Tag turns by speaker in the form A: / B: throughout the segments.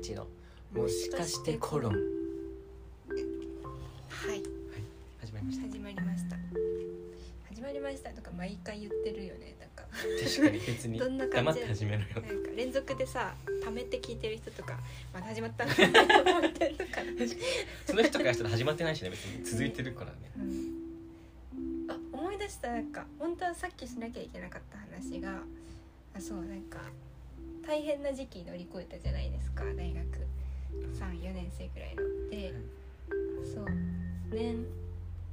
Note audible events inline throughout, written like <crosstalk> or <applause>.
A: ちのもしかしてコロン
B: はい
A: 始まりました
B: 始まりました始まりましたとか毎回言ってるよねなんか <laughs>
A: 確かに別に
B: どんな感じ
A: 黙って始めろよ
B: なんか連続でさためて聞いてる人とかまた始まったなって思ってるから、
A: その人からしたら始まってないしね別に続いてるからね
B: うんあ思い出したなんか本当はさっきしなきゃいけなかった話があそうなんか大変な時期乗り越えたじゃないですか大学34年生ぐらいの。で、そう年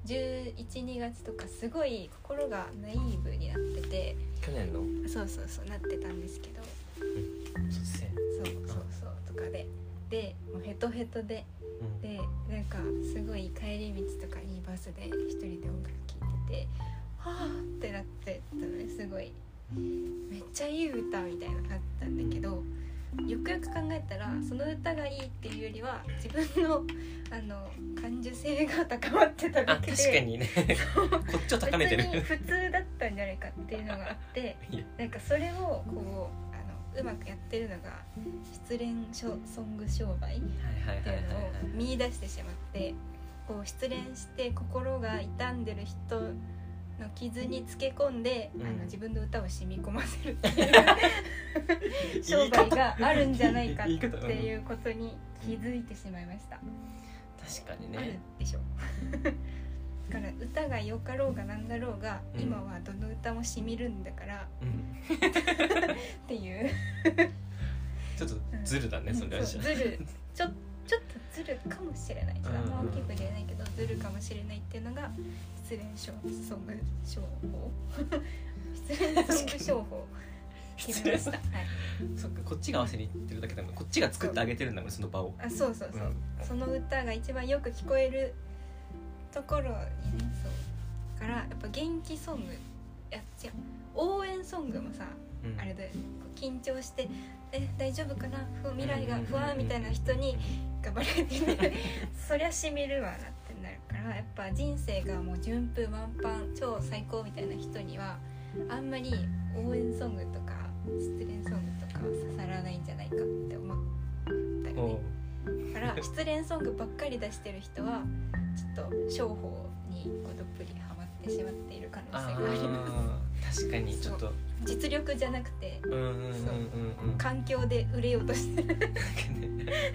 B: 112月とかすごい心がナイーブになってて
A: 去年の
B: そうそうそうなってたんですけど
A: 卒生
B: そうそうそうとかででもうヘトヘトで
A: うん
B: でなんかすごい帰り道とかにバスで一人で音楽聴いててはあってなってたのねすごいめっちゃいい歌みたいなのあったんだけどよくよく考えたらその歌がいいっていうよりは自分のあの感受性が高まってた
A: あ
B: だ
A: 確
B: けで
A: かにね <laughs> こっちを高めてる
B: 別に普通だったんじゃないかっていうのがあって
A: いや
B: なんかそれをこうあのうまくやってるのが失恋ショソング商売っ
A: はいはい
B: て
A: はいいは
B: う
A: い
B: のを
A: はい
B: 見出してしまってこう失恋して心が傷んでる人の傷につけ込んで、
A: うん
B: あの自分の歌を染み込ませるっていう商
A: 言い方
B: 売があるんじゃないかって
A: 言い方うん
B: いうことに気づいてしまいました。
A: 確かに
B: ある
A: ね
B: でしょ <laughs> だから歌がよかろうがなんだろうが、
A: うん
B: 今はどの歌もしみるんだから
A: うん
B: っていう
A: ちょっとズルだねそれは
B: そ
A: じ
B: う
A: ゃ
B: ずるちょちょっとずるかもしれないちょっとあんま
A: うん
B: 大きく出ないけどずるかもしれないっていうのが失恋症ソング商法 <laughs> 失恋ソング商法決めました、はい、
A: そっかこっちが合わせにいってるだけだもんこっちが作ってあげてるんだもんその場を
B: あそうそうそう、その歌が一番よく聞こえるところにねそうからやっぱ元気ソングいや違う応援ソングもさ
A: うん
B: あれで緊張して「え大丈夫かな不未来が不安」みたいな人に頑張れってねそりゃしみるわなってなるからやっぱ人生がもう順風満帆超最高みたいな人にはあんまり応援ソングとか失恋ソングとかは刺さらないんじゃないかって思ったよね
A: お。う
B: だから失恋ソングばっかり出してる人はちょっと商法にこうどっぷりハマってしまっている可能
A: あ
B: 性があります
A: ー確かにちょっと
B: 実力じゃなくて
A: うんうんうんうんうん
B: 環境で売れようとしてる
A: なんかね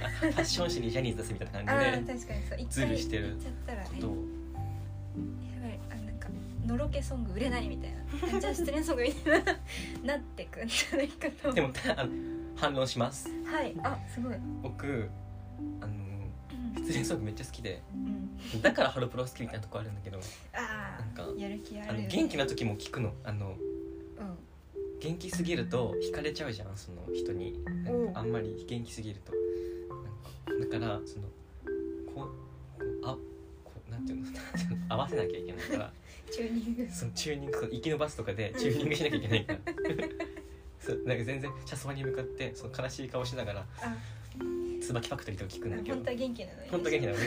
A: あファッション誌にジャニーズ出すみたいな
B: ああ
A: 感
B: ー
A: じで
B: 確かにそう一
A: ズル
B: 回
A: してる
B: 言っちゃったらね
A: ことを
B: やばいあなんかのろけソング売れないみたいなじゃあ失恋ソングみたいななってくんじゃないかと
A: でもたあの反論します
B: はいあすごい、
A: 僕あの
B: うん
A: 失恋ソングめっちゃ好きで
B: うん、
A: だからハロプロ好きみたいなとこあるんだけど
B: あ
A: なんか
B: あやる気あ
A: あ
B: るよ
A: の
B: ね
A: 元気な時も聞くのあの
B: うん
A: 元気すぎると惹かれちゃうじゃんその人になんかあんまり元気すぎるとなんかだからそのこうこうあこうなんていうの <laughs> 合わせなきゃいけないから
B: チューニング
A: そのチューニングその行きのバスとかでチューニングしなきゃいけないから <laughs> そうなんか全然車窓に向かってその悲しい顔しながら
B: あ
A: 椿ファクトリーとか聞くんだけど
B: 本当は元気なのに
A: 本当元気だよ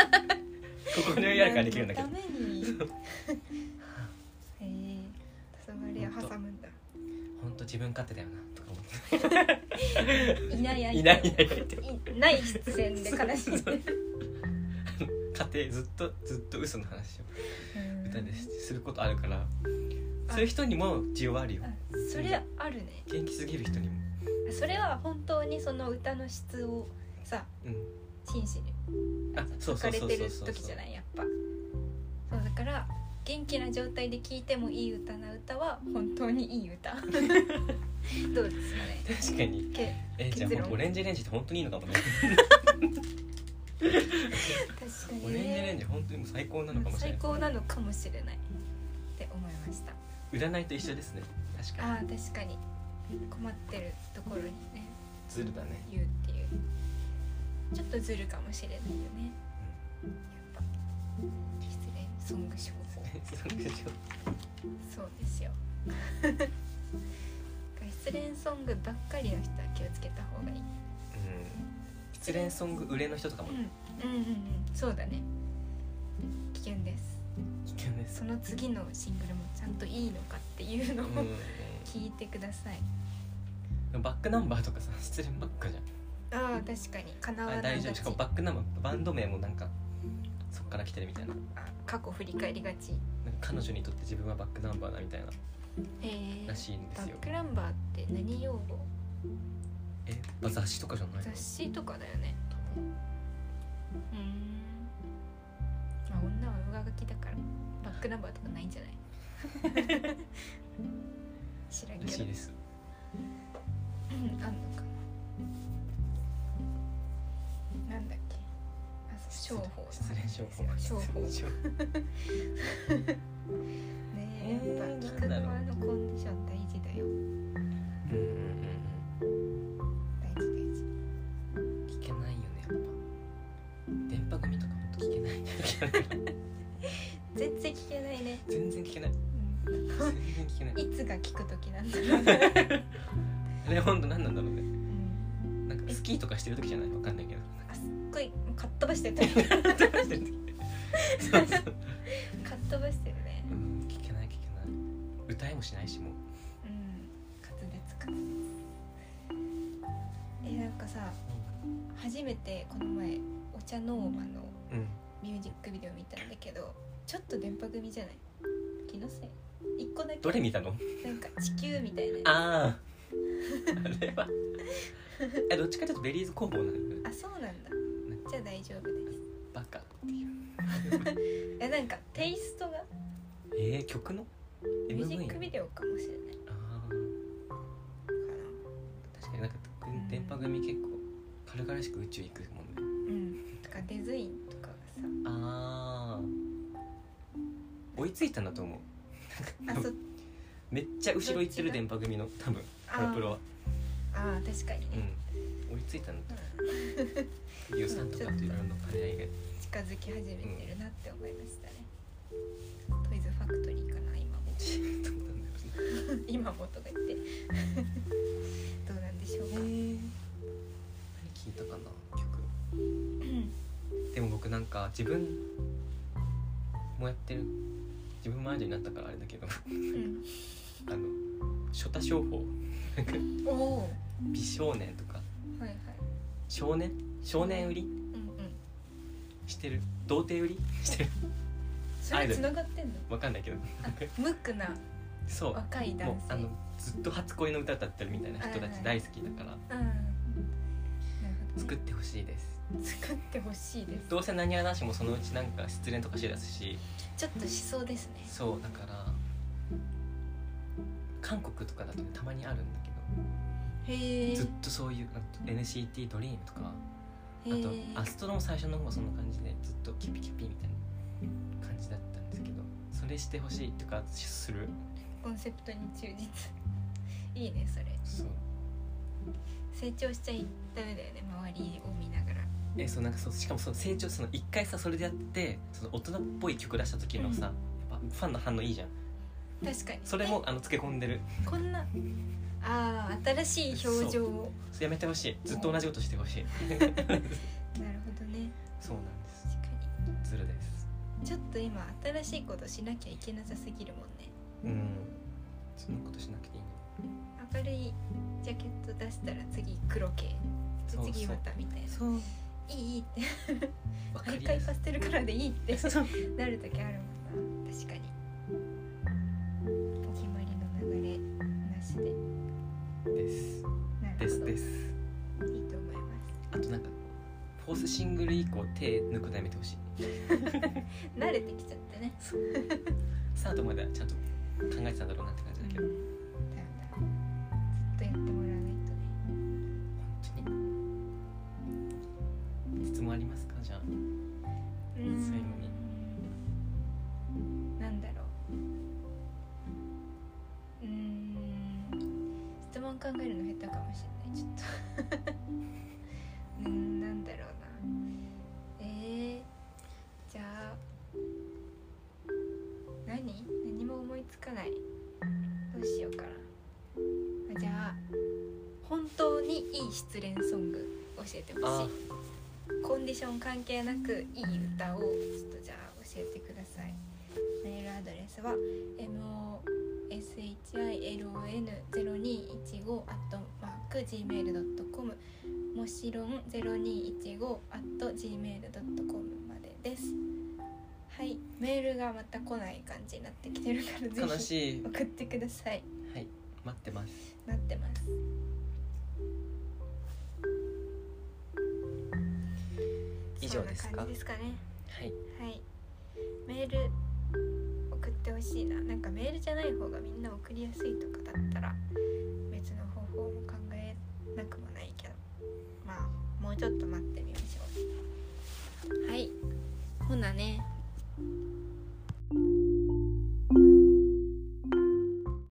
A: ね
B: <laughs>
A: ここにやるからできるんだけど
B: ため
A: <laughs>
B: にへえ黄昏を挟むんだ
A: 本当自分勝手だよなとか思って
B: いない相手を
A: いないいない相手を
B: いない出演で悲しい
A: そう家庭ずっとずっと嘘の話を
B: うん
A: 歌ですることあるからそういう人にも需要あるよ
B: あそれあるね
A: 元気すぎる人にも
B: それは本当にその歌の質をさ
A: うん
B: 真摯に
A: あそうそ
B: 書か
A: う
B: れ
A: そう
B: て
A: そう
B: る
A: そう
B: 時じゃないやっぱそうだから元気な状態で聴いてもいい歌な歌は本当にいい <laughs> 歌どうですかね
A: 確かに
B: け
A: えー、じゃあ
B: 結論
A: ほんとオレンジレンジって本当にいいの
B: <laughs>
A: かもね
B: 確か
A: オ
B: に
A: レンジレ
B: ね
A: ンジ本当にもう最高なのかもしれな
B: 最
A: い
B: 高なのかもしれないって思いました
A: 占いと一緒ですね確かに
B: あー確かに困ってるところにね
A: ズルだね
B: <laughs> 言うっていうちょっとずるかもしれないよねやっぱ失恋ソング商法そうですよ <laughs> 失恋ソングばっかりの人は気をつけた方がいい、
A: うん失恋ソング売れの人とかも
B: うん、うんうんうんそうだね危険です
A: 危険です
B: その次のシングルもちゃんといいのかっていうのを
A: うん
B: 聞いてください、
A: うんバックナンバーとかさ失恋ばっかじゃん
B: ああ確かに叶わ
A: あ
B: な
A: れ
B: い
A: 大丈
B: が
A: 夫
B: ち
A: しかもバックナンバーバンド名もなんかそっから来てるみたいな
B: あ過去振り返りがちへ
A: なんか彼女にとって自分はバックナンバーだみたいな
B: え
A: らしいんで
B: バ
A: す
B: ッ
A: よ
B: クナンバーって何用語
A: えまあ雑誌とかじゃないの
B: 雑誌とかだよねうんまあ女は上書きだからバックナンバーとかないんじゃない <laughs> 知らん
A: ら
B: け
A: し
B: ど
A: いです
B: うんあんのかなんだっけあそう商法
A: 失礼商法 <laughs>
B: 商法ね
A: 失礼
B: えやっぱ聞く側のコンディション大事だよ
A: うんうんうん
B: 大事大事
A: うん聞けないよねやっぱ電波組とかほんと
B: <laughs>
A: 聞けない聞けない
B: 全然聞けないね、
A: 全然聞けない全然聞けない
B: いつが聞く時なんだろう、
A: <laughs> あれほんと何なんだろうねなんかスキーとかしてる時じゃないわかんないけど
B: あすっごいかっ飛ばしてるかっ <laughs>
A: そうそう
B: 飛ばしてるね
A: うん聞けない聞けない歌いもしないしもう
B: うん滑舌滑舌えなんかさ初めてこの前お茶ノーマの
A: うん
B: ミュージックビデオ見たんだけどちょっと電波組じゃない気のせい一個だけ
A: どれ見たの
B: なんか地球みたいな
A: あああれはえどっちかというとベリーズ工房なんだよね
B: あそうなんだじゃあ大丈夫です
A: バカっていう
B: えなんかテイストが
A: えー、曲の
B: ミュージック
A: MV
B: ビデオかもしれない
A: あ
B: かな
A: あ確かになんか電波組結構軽々しく宇宙行くもんね
B: うんとかデザインとかがさ
A: ああ追いついたんだと思う
B: あそ
A: めっちゃ後ろ行ってる電波組の多分
B: あ
A: プロプロは
B: あー確かに
A: う
B: ね、
A: ん追いつい
B: <laughs>
A: たんだと予算とかといろいろの兼ね合いが
B: 近づき始めてるなって思いましたね、トイズファクトリーかな今も
A: どうなんだろうね
B: 今もとか言って <laughs> どうなんでしょうか、
A: 何聞いたかな
B: <laughs>
A: 曲でも僕なんか自分もやってる自分もアイドルになったからあれだけど
B: うん
A: あの初多商法
B: おおは
A: 美少年とか
B: いはい
A: 少年少年売り
B: うんうん
A: してる童貞売りしてる
B: それ繋がってんの
A: わかんないけど
B: あ無垢な
A: そうも
B: 若いう男性
A: あのずっと初恋の歌だったりみたいな人た
B: はいは
A: ち
B: い
A: 大好きだから
B: うんなるほど
A: 作っ
B: ね
A: てほしいです
B: 作ってほしいです
A: どうせ何話もそのうちなんか失恋とかしだすし
B: ちょっとしそうですね
A: そうだから韓国とかだとねたまにあるんだけど
B: へえ
A: ずっとそういうあと NCT ドリームとかあとアストロも最初の方はそんな感じでずっとキピキピみたいな感じだったんですけどそれしてほしいとかする
B: コンセプトに忠実いいねそれ
A: そう
B: 成長しちゃいダメだよね周りを見ながら
A: えそうなんかそうしかもその成長その一回さそれでやってその大人っぽい曲出した時のさ、やっぱファンの反応いいじゃん
B: 確かに
A: それもあのつけ込んでる
B: えこんなあー新しい表情を
A: そうやめてほしいずっと同じことしてほしい
B: なるほどね
A: そうなんです
B: 確か
A: ズルです
B: にちょっと今新しいことしなきゃいけなさすぎるもんね
A: うんそんなことしなくていいのに
B: 明るいジャケット出したら次黒系
A: そうそう
B: 次またみたいな
A: そう
B: いいいいって
A: わか
B: 毎
A: りや
B: 回
A: す
B: パステルカラーでいいって
A: いそう
B: なる時あるもんな確かにお決まりの流れなしで
A: です
B: なるほど
A: ですです
B: いいと思います
A: あとなんかフォースシングル以降手抜くのやめてほしい
B: 慣れてきちゃってね
A: スタートまではちゃんと考えてたんだろうなって感じだけど、
B: だよなずっとやってもらわないとね
A: 本当に質問ありますかじゃあ
B: う
A: 最後に
B: んなんだろううーん質問考えるの下手かもしれないちょっと <laughs> うーんなんだろうなえー、じゃあ何何も思いつかないどうしようかなあじゃあ本当にいい失恋ソング教えてほしい
A: あ
B: コンディション関係なくいい歌をちょっとじゃあ教えてくださいメールアドレスは m o n shilon0215 gmail.com もしろん0215 gmail.com までですはいメールがまた来ない感じになってきてるからぜ
A: 悲
B: ひ
A: しい
B: 送ってください
A: はい待ってます
B: 待ってます
A: 以上です
B: そ
A: か
B: んな感じですかね
A: はい
B: はいメール送ってほしいななんかメールじゃない方がみんな送りやすいとかだったら別の方法も考えなくもないけどまあもうちょっと待ってみましょうはいほなね